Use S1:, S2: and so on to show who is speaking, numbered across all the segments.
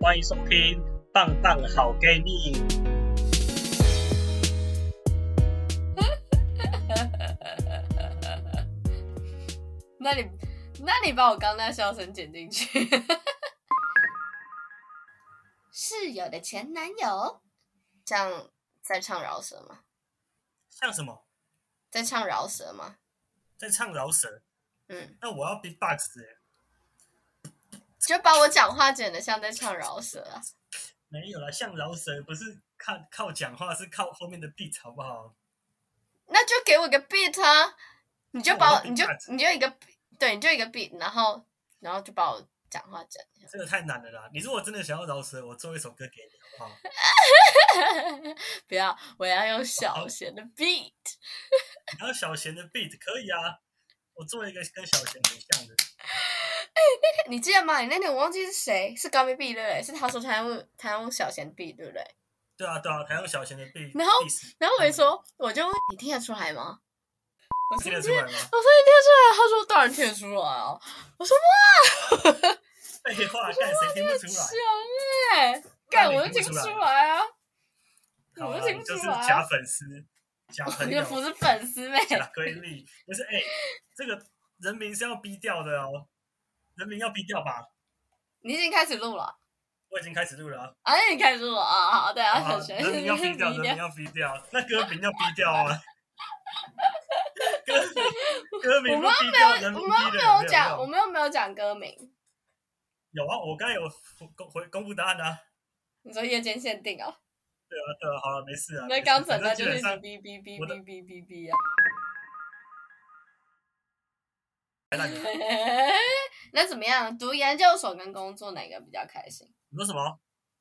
S1: 欢迎收听《棒棒好给你》。
S2: 那你那你把我刚那笑声剪进去。 室友的前男友，这样在唱饶舌吗？
S1: 像什么？
S2: 在唱饶舌吗？
S1: 在唱饶舌？
S2: 嗯，
S1: 那我要 beatbox 哎、
S2: 就把我讲话剪得像在唱饶舌 啊。
S1: 没有啦，像饶舌不是靠靠讲话，是靠后面的 beat 好不好？
S2: 那就给我一个 beat 啊！你就把
S1: 那
S2: 我，
S1: 我要
S2: 你就
S1: beat
S2: 你就一个，对，你就一个 beat，然后然后就把我讲话讲一下。
S1: 这个太难了啦！你如果真的想要饶舌，我做一首歌给你好不好？
S2: 不要，我要用小弦的 beat。
S1: 然后小贤的 beat 可以啊，我做一个跟小贤很像的。
S2: 你记得吗？你那天我忘记是谁，是高明 B 对不对？是他说他用他用小弦 B 对不对？
S1: 对啊对啊，还用小贤的 beat，
S2: 然后
S1: diss
S2: 然后我就说，我就问你听得出来吗？嗯我说
S1: 听
S2: 你
S1: 得出
S2: 我说
S1: 来
S2: 你听
S1: 吗？
S2: 得出来，啊他说当然听得出来啊。我说
S1: 废话，干谁听不出来
S2: 哇，？强哎、干
S1: 那
S2: 我
S1: 你
S2: 就
S1: 听
S2: 听
S1: 不
S2: 不
S1: 出来
S2: 出来啊，
S1: 好
S2: 我
S1: 啦
S2: 就听
S1: 你
S2: 不
S1: 就是
S2: 出来
S1: 假
S2: 啊。
S1: 粉丝，假朋
S2: 你
S1: 友
S2: 就，不是粉丝妹，
S1: 假闺蜜，不是哎、这个人名是要逼掉的哦，人名要逼掉吧？
S2: 你已经开始录了
S1: 我已经开始录了啊，
S2: 啊？你已经开始录了啊？好，对啊，
S1: 好
S2: 小
S1: 啊
S2: 弦
S1: 人名要 逼掉，人名要逼掉，那歌名要逼掉啊。歌名歌名
S2: 我
S1: 不
S2: 们
S1: 逼掉，
S2: 我
S1: 人名
S2: 们又
S1: 逼
S2: 没
S1: 的有没
S2: 有
S1: 有
S2: 讲，我
S1: 用？
S2: 们又没有讲歌名。
S1: 有啊，我刚才有公回公布答案啊。
S2: 你说夜间限定哦，
S1: 对啊，对啊，好了，没事啊。没
S2: 那
S1: 事
S2: 刚才
S1: 反
S2: 那
S1: 正
S2: 就
S1: 基
S2: 是
S1: 本
S2: 一直
S1: 上
S2: 哔哔哔
S1: 我的
S2: 哔哔哔哔啊。
S1: 还让你
S2: 那怎么样？读研究所跟工作哪个比较开心？
S1: 你说什么？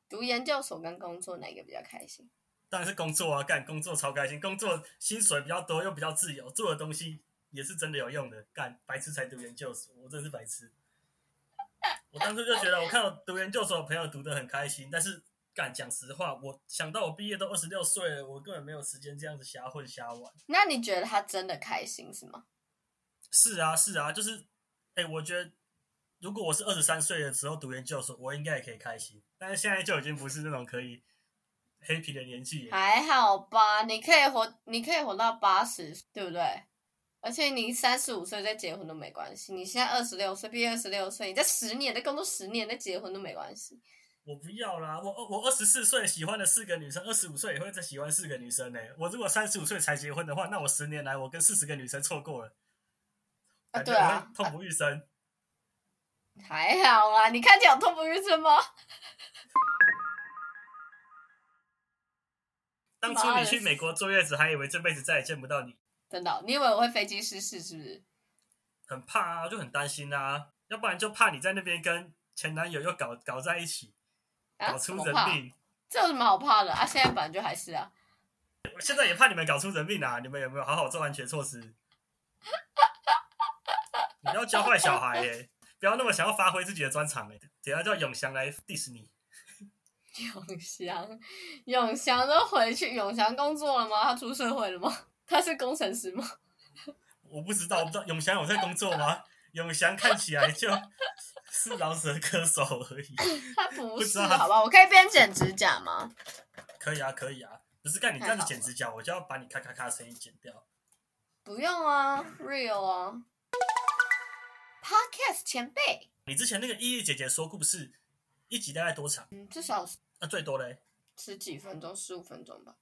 S2: 读研究所跟工作哪个比较开心？
S1: 当然是工作啊，干工作超开心，工作薪水比较多，又比较自由，做的东西也是真的有用的。干白痴才读研究所，我真是白痴。我当初就觉得，我看到读研究所的朋友读得很开心，但是干讲实话，我想到我毕业都二十六岁了，我根本没有时间这样子瞎混瞎玩。
S2: 那你觉得他真的开心是吗？
S1: 是啊，是啊，就是，哎、我觉得如果我是二十三岁的时候读研究所，我应该也可以开心，但是现在就已经不是那种可以 happy 的年纪了。
S2: 还好吧，你可以活，你可以活到八十，对不对？而且你三十五岁再结婚都没关系，你现在二十六岁，毕业二十六岁，你在十年再工作十年再结婚都没关系。
S1: 我不要啦，我我我二十四岁喜欢了四个女生，二十五岁也会再喜欢四个女生呢、我如果三十五岁才结婚的话，那我十年来我跟四十个女生错过了，
S2: 啊，
S1: 感觉
S2: 对
S1: 我
S2: 啊
S1: 会，痛不欲生。
S2: 还好啦，你看起来有痛不欲生吗？
S1: 当初你去美国坐月子，还以为这辈子再也见不到你，
S2: 真的哦、你以为我会飞机失事是不是？
S1: 很怕啊，就很担心啊，要不然就怕你在那边跟前男友又搞搞在一起，
S2: 啊，
S1: 搞
S2: 怎
S1: 出
S2: 么
S1: 人
S2: 怕？
S1: 命。
S2: 这有什么好怕的啊？现在本来就还是啊。
S1: 我现在也怕你们搞出人命啊！你们有没有好好做安全措施？ 你不要教坏小孩耶、不要那么想要发挥自己的专长哎、等一下叫永祥来 diss 你。
S2: 永祥，永祥都回去，永祥工作了吗？他出社会了吗？ 他是工程师吗？
S1: 我不知道，我不知道永祥有在工作吗？永祥看起来 就是饶舌歌手而已。
S2: 他不
S1: 不知
S2: 是，
S1: 道他
S2: 好吧？我可以边剪指甲吗？
S1: 可以啊，可以啊。不是干你这样子剪指甲，我就要把你咔咔咔的声音剪掉。
S2: 不用啊，real 啊。Podcast 前辈，
S1: 你之前那个依依姐姐说故事，一集大概多长？
S2: 嗯，至少
S1: 那、最多嘞？
S2: 十几分钟，十五分钟吧。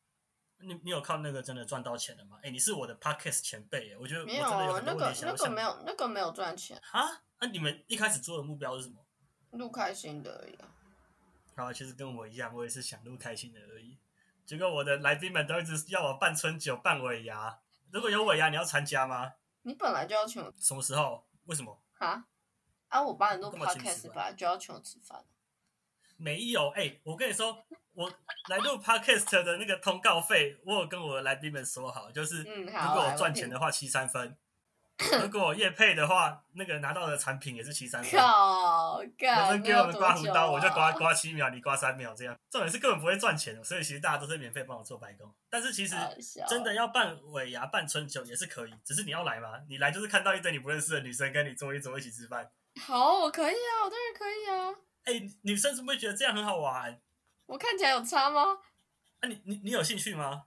S1: 你你有靠那个真的赚到钱了吗？哎、你是我的 podcast 前辈耶，我觉得我
S2: 没
S1: 真
S2: 有
S1: 的
S2: 啊
S1: 很，
S2: 那
S1: 多问
S2: 个
S1: 题想
S2: 那
S1: 要
S2: 个
S1: 向你
S2: 没有，那个没有赚钱，
S1: 啊，那、你们一开始做的目标是什么？
S2: 录开心的而已啊。
S1: 然后其实跟我一样，我也是想录开心的而已。结果我的来宾们都一直要我办春酒、办尾牙。如果有尾牙，你要参加吗？
S2: 你本来就要请我
S1: 什么时候？为什么？
S2: 啊啊！我帮你录
S1: 干嘛请你
S2: podcast
S1: 吃饭
S2: 本来就要请我吃饭，
S1: 没有。哎、我跟你说，我来录 podcast 的那个通告费，我有跟我的来宾们说好，就是
S2: 嗯好
S1: 如果
S2: 来
S1: 我
S2: 我
S1: 赚
S2: 听
S1: 钱的话，七三 分；如果我业配的话，那个拿到的产品也是七三 分。
S2: 靠！
S1: 有
S2: 干，
S1: 人给
S2: 没有
S1: 我们刮
S2: 多
S1: 胡
S2: 久
S1: 刀，我就
S2: 啊
S1: 刮刮七秒，你刮三秒，这样重点是根本不会赚钱，所以其实大家都是免费帮我做白工。但是其实
S2: 好笑
S1: 真的要办尾牙、办春酒也是可以，只是你要来吗？你来就是看到一堆你不认识的女生跟你坐一桌一起吃饭，
S2: 好，我可以啊，我当然可以啊。
S1: 哎、女生是不是觉得这样很好玩？
S2: 我看起来有差吗？
S1: 啊，你你你有兴趣吗？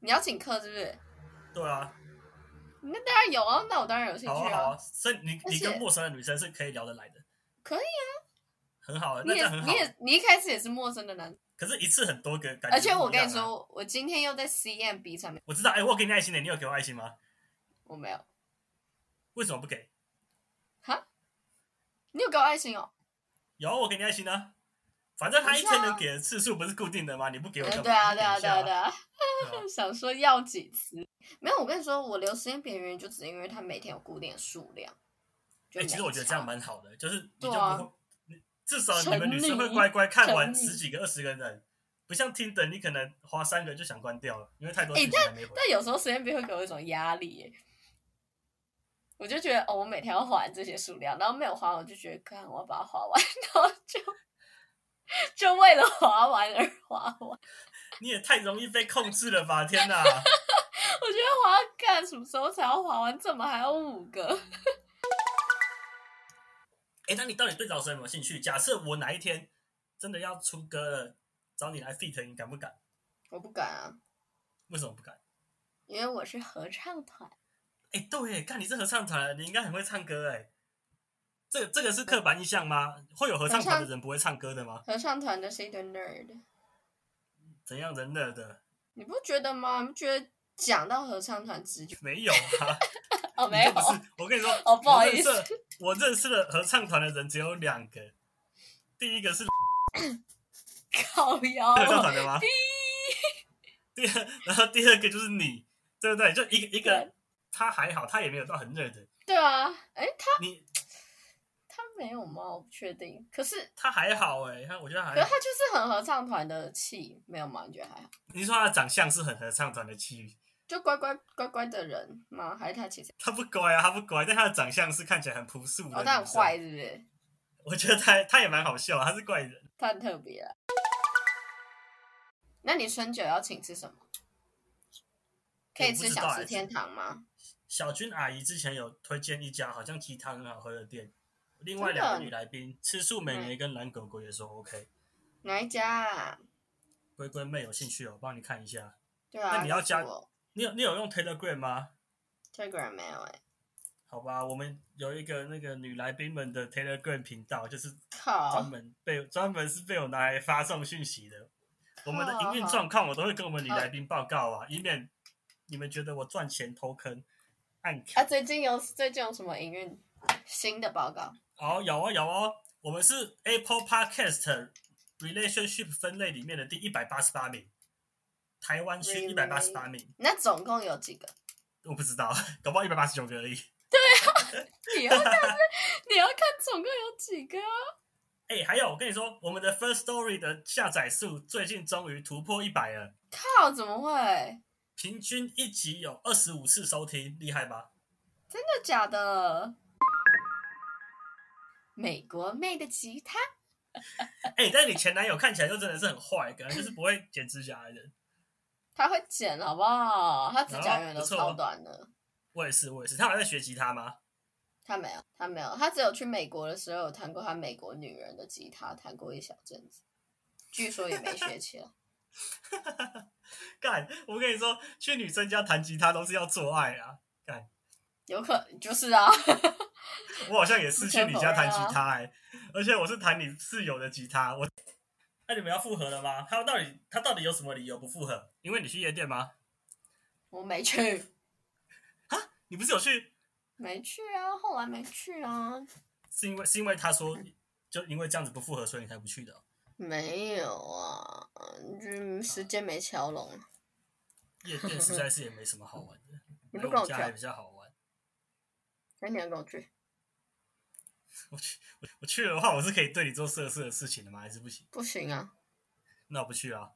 S2: 你要请客是不是？
S1: 对啊，
S2: 那当然有啊，那我当然有兴
S1: 好
S2: 趣
S1: 啊好啊，所以你
S2: 而
S1: 你
S2: 且
S1: 跟陌生的女生是可以聊得来的，
S2: 可以啊，
S1: 很好啊，
S2: 你
S1: 那这
S2: 也
S1: 样很好
S2: 你。也你一开始也是陌生的男，
S1: 可是，一次很多个感觉、
S2: 而且我跟你，说，我今天又在 CMB 上面，
S1: 啊我知道，哎、我有给你爱心的，你有给我爱心吗？
S2: 我没有
S1: 为什么不给？
S2: 哈，你有给我爱心哦？
S1: 有，我给你爱心啊。反正他一
S2: 不是
S1: 天
S2: 啊
S1: 能给的次数不是固定的吗？你不给我干
S2: 嗯
S1: 嘛
S2: 对啊，
S1: 你
S2: 对啊，
S1: 给一
S2: 对
S1: 下
S2: 啊，对啊。
S1: 对啊
S2: 想说要几次？没有，我跟你说，我留时间别人就只是因为他每天有固定的数量。就
S1: 哎、其实
S2: 没
S1: 我觉得这
S2: 差
S1: 样蛮好的，就是你就
S2: 对
S1: 不
S2: 啊
S1: 会，你至少你们女生会
S2: 沉溺
S1: 乖乖看完
S2: 沉溺
S1: 十几个、二十个人，不像听的你可能花三个就想关掉了，因为太多
S2: 哎
S1: 事情还没回。
S2: 但有时候实验别会给我一种压力耶，我就觉得哦，我每天要还这些数量，然后没有还，我就觉得看我要把它花完， 然后就就为了花完而花完，我
S1: 你也太容易被控制了吧！天 哪，
S2: 觉得花干什么时候才要花完？怎么还有五个？
S1: 哎、那你到底对饶舌有没有兴趣？假设我哪一天真的要出歌了，找你来 feat，你敢不敢？
S2: 我不敢啊，
S1: 为什么不敢？
S2: 因为我是合唱团，
S1: 哎、对耶，看你是合唱团，你应该很会唱歌哎。这这个是刻板印象吗？会有合唱团的人不会唱歌的吗？
S2: 合唱团就是一堆 nerd，
S1: 怎样人乐的？
S2: 你不觉得吗？你不觉得讲到合唱团直觉
S1: 没有啊。
S2: 哦
S1: 你
S2: 没有，
S1: 就不是，我跟你说
S2: 哦不好意思
S1: 我认识的，我认识的合唱团的人只有两个，第一个
S2: 哦
S1: 是
S2: 靠腰，
S1: 合唱团的吗？第二，然后第二个就是你，对不对？就一个一个
S2: 对，
S1: 他还好，他也没有到很热的，
S2: 对啊，哎他
S1: 你
S2: 他没有吗？我不确定，可是
S1: 他还好哎、他我觉得
S2: 可
S1: 还
S2: 是
S1: 好
S2: 他。就是很合唱团的气，没有吗？你觉得还好？
S1: 你说他的长相是很合唱团的气，
S2: 就乖乖乖乖的人吗？还是他其实
S1: 他不乖啊，他不乖，但他的长相是看起来很朴素的。
S2: 哦，他很坏，。是不是？
S1: 我觉得他他也蛮好笑，他是怪人。
S2: 他很特别啊。那你春酒要请吃什么？可以
S1: 我不
S2: 吃
S1: 知
S2: 小
S1: 道
S2: 吃
S1: 欸
S2: 天堂吗？
S1: 小军阿姨之前有推荐一家好像鸡汤很好喝的店，另外两个女来宾吃素美眉跟蓝狗狗也说 OK。
S2: 哪一家、啊？
S1: 龟龟妹有兴趣哦，我帮你看一下。
S2: 对啊，
S1: 那你要加
S2: 告诉我
S1: 你有你有用 Telegram 吗？
S2: Telegram 没有、欸？
S1: 好吧，我们有一个那个女来宾们的 Telegram 频道，就是专
S2: 靠，
S1: 门被专门是被我拿来发送讯息的。我们的营运
S2: 好
S1: 状况我都会跟我们女来宾报告啊，以免你们觉得我赚钱偷坑暗
S2: 啊，
S1: 砍。
S2: 最近有最近有什么营运新的报告？
S1: 哦，有哦有哦，我们是 Apple Podcast Relationship 分类里面的第一百八十八名，台湾区一百八十八名，
S2: 那总共有 几个？
S1: 我不知道， 搞不好一百八十九个而已。
S2: 你要看这，你要看总共有几个啊？
S1: 哎、还有我跟你说，我们的 First Story 的下载数最近终于突破一百了，
S2: 靠，怎么会？
S1: 平均一集有二十五次收听，厉害吧？
S2: 真的假的？美国妹的吉他，
S1: 哎、但是你前男友看起来就真的是很坏，感觉就是不会剪指甲的人。
S2: 他会剪好不好？他指甲永远都
S1: 啊不错
S2: 超短的。
S1: 我也是，我也是。他还在学吉他吗？
S2: 他没有，他没有，他只有去美国的时候有弹过他美国女人的吉他，弹过一小阵子，据说也没学起来。
S1: 干，我跟你说，去女生家弹吉他都是要做爱啊。干，
S2: 有可就是啊，
S1: 我好像也是
S2: 不
S1: 去
S2: 可
S1: 你家弹
S2: 否认啊
S1: 吉他、欸，而且我是弹你室友的吉他。我， 那、你们要复合了吗？他到底他到底有什么理由不复合？因为你去夜店吗？
S2: 我没去，
S1: 你不是有去？
S2: 没去啊，后来没去啊，
S1: 是因为是因为他说就因为这样子不复合，所以你才不去的哦、
S2: 没有啊，嗯，时间没敲拢。
S1: 夜店实在是也没什么好玩的，
S2: 你
S1: 来
S2: 不
S1: 我
S2: 跟
S1: 们
S2: 我去
S1: 家
S2: 啊
S1: 还？比较好玩。
S2: 那你要跟我去？
S1: 我去我我去的话，我是可以对你做色色的事情的吗？还是不行？
S2: 不行啊。
S1: 那我不去啊。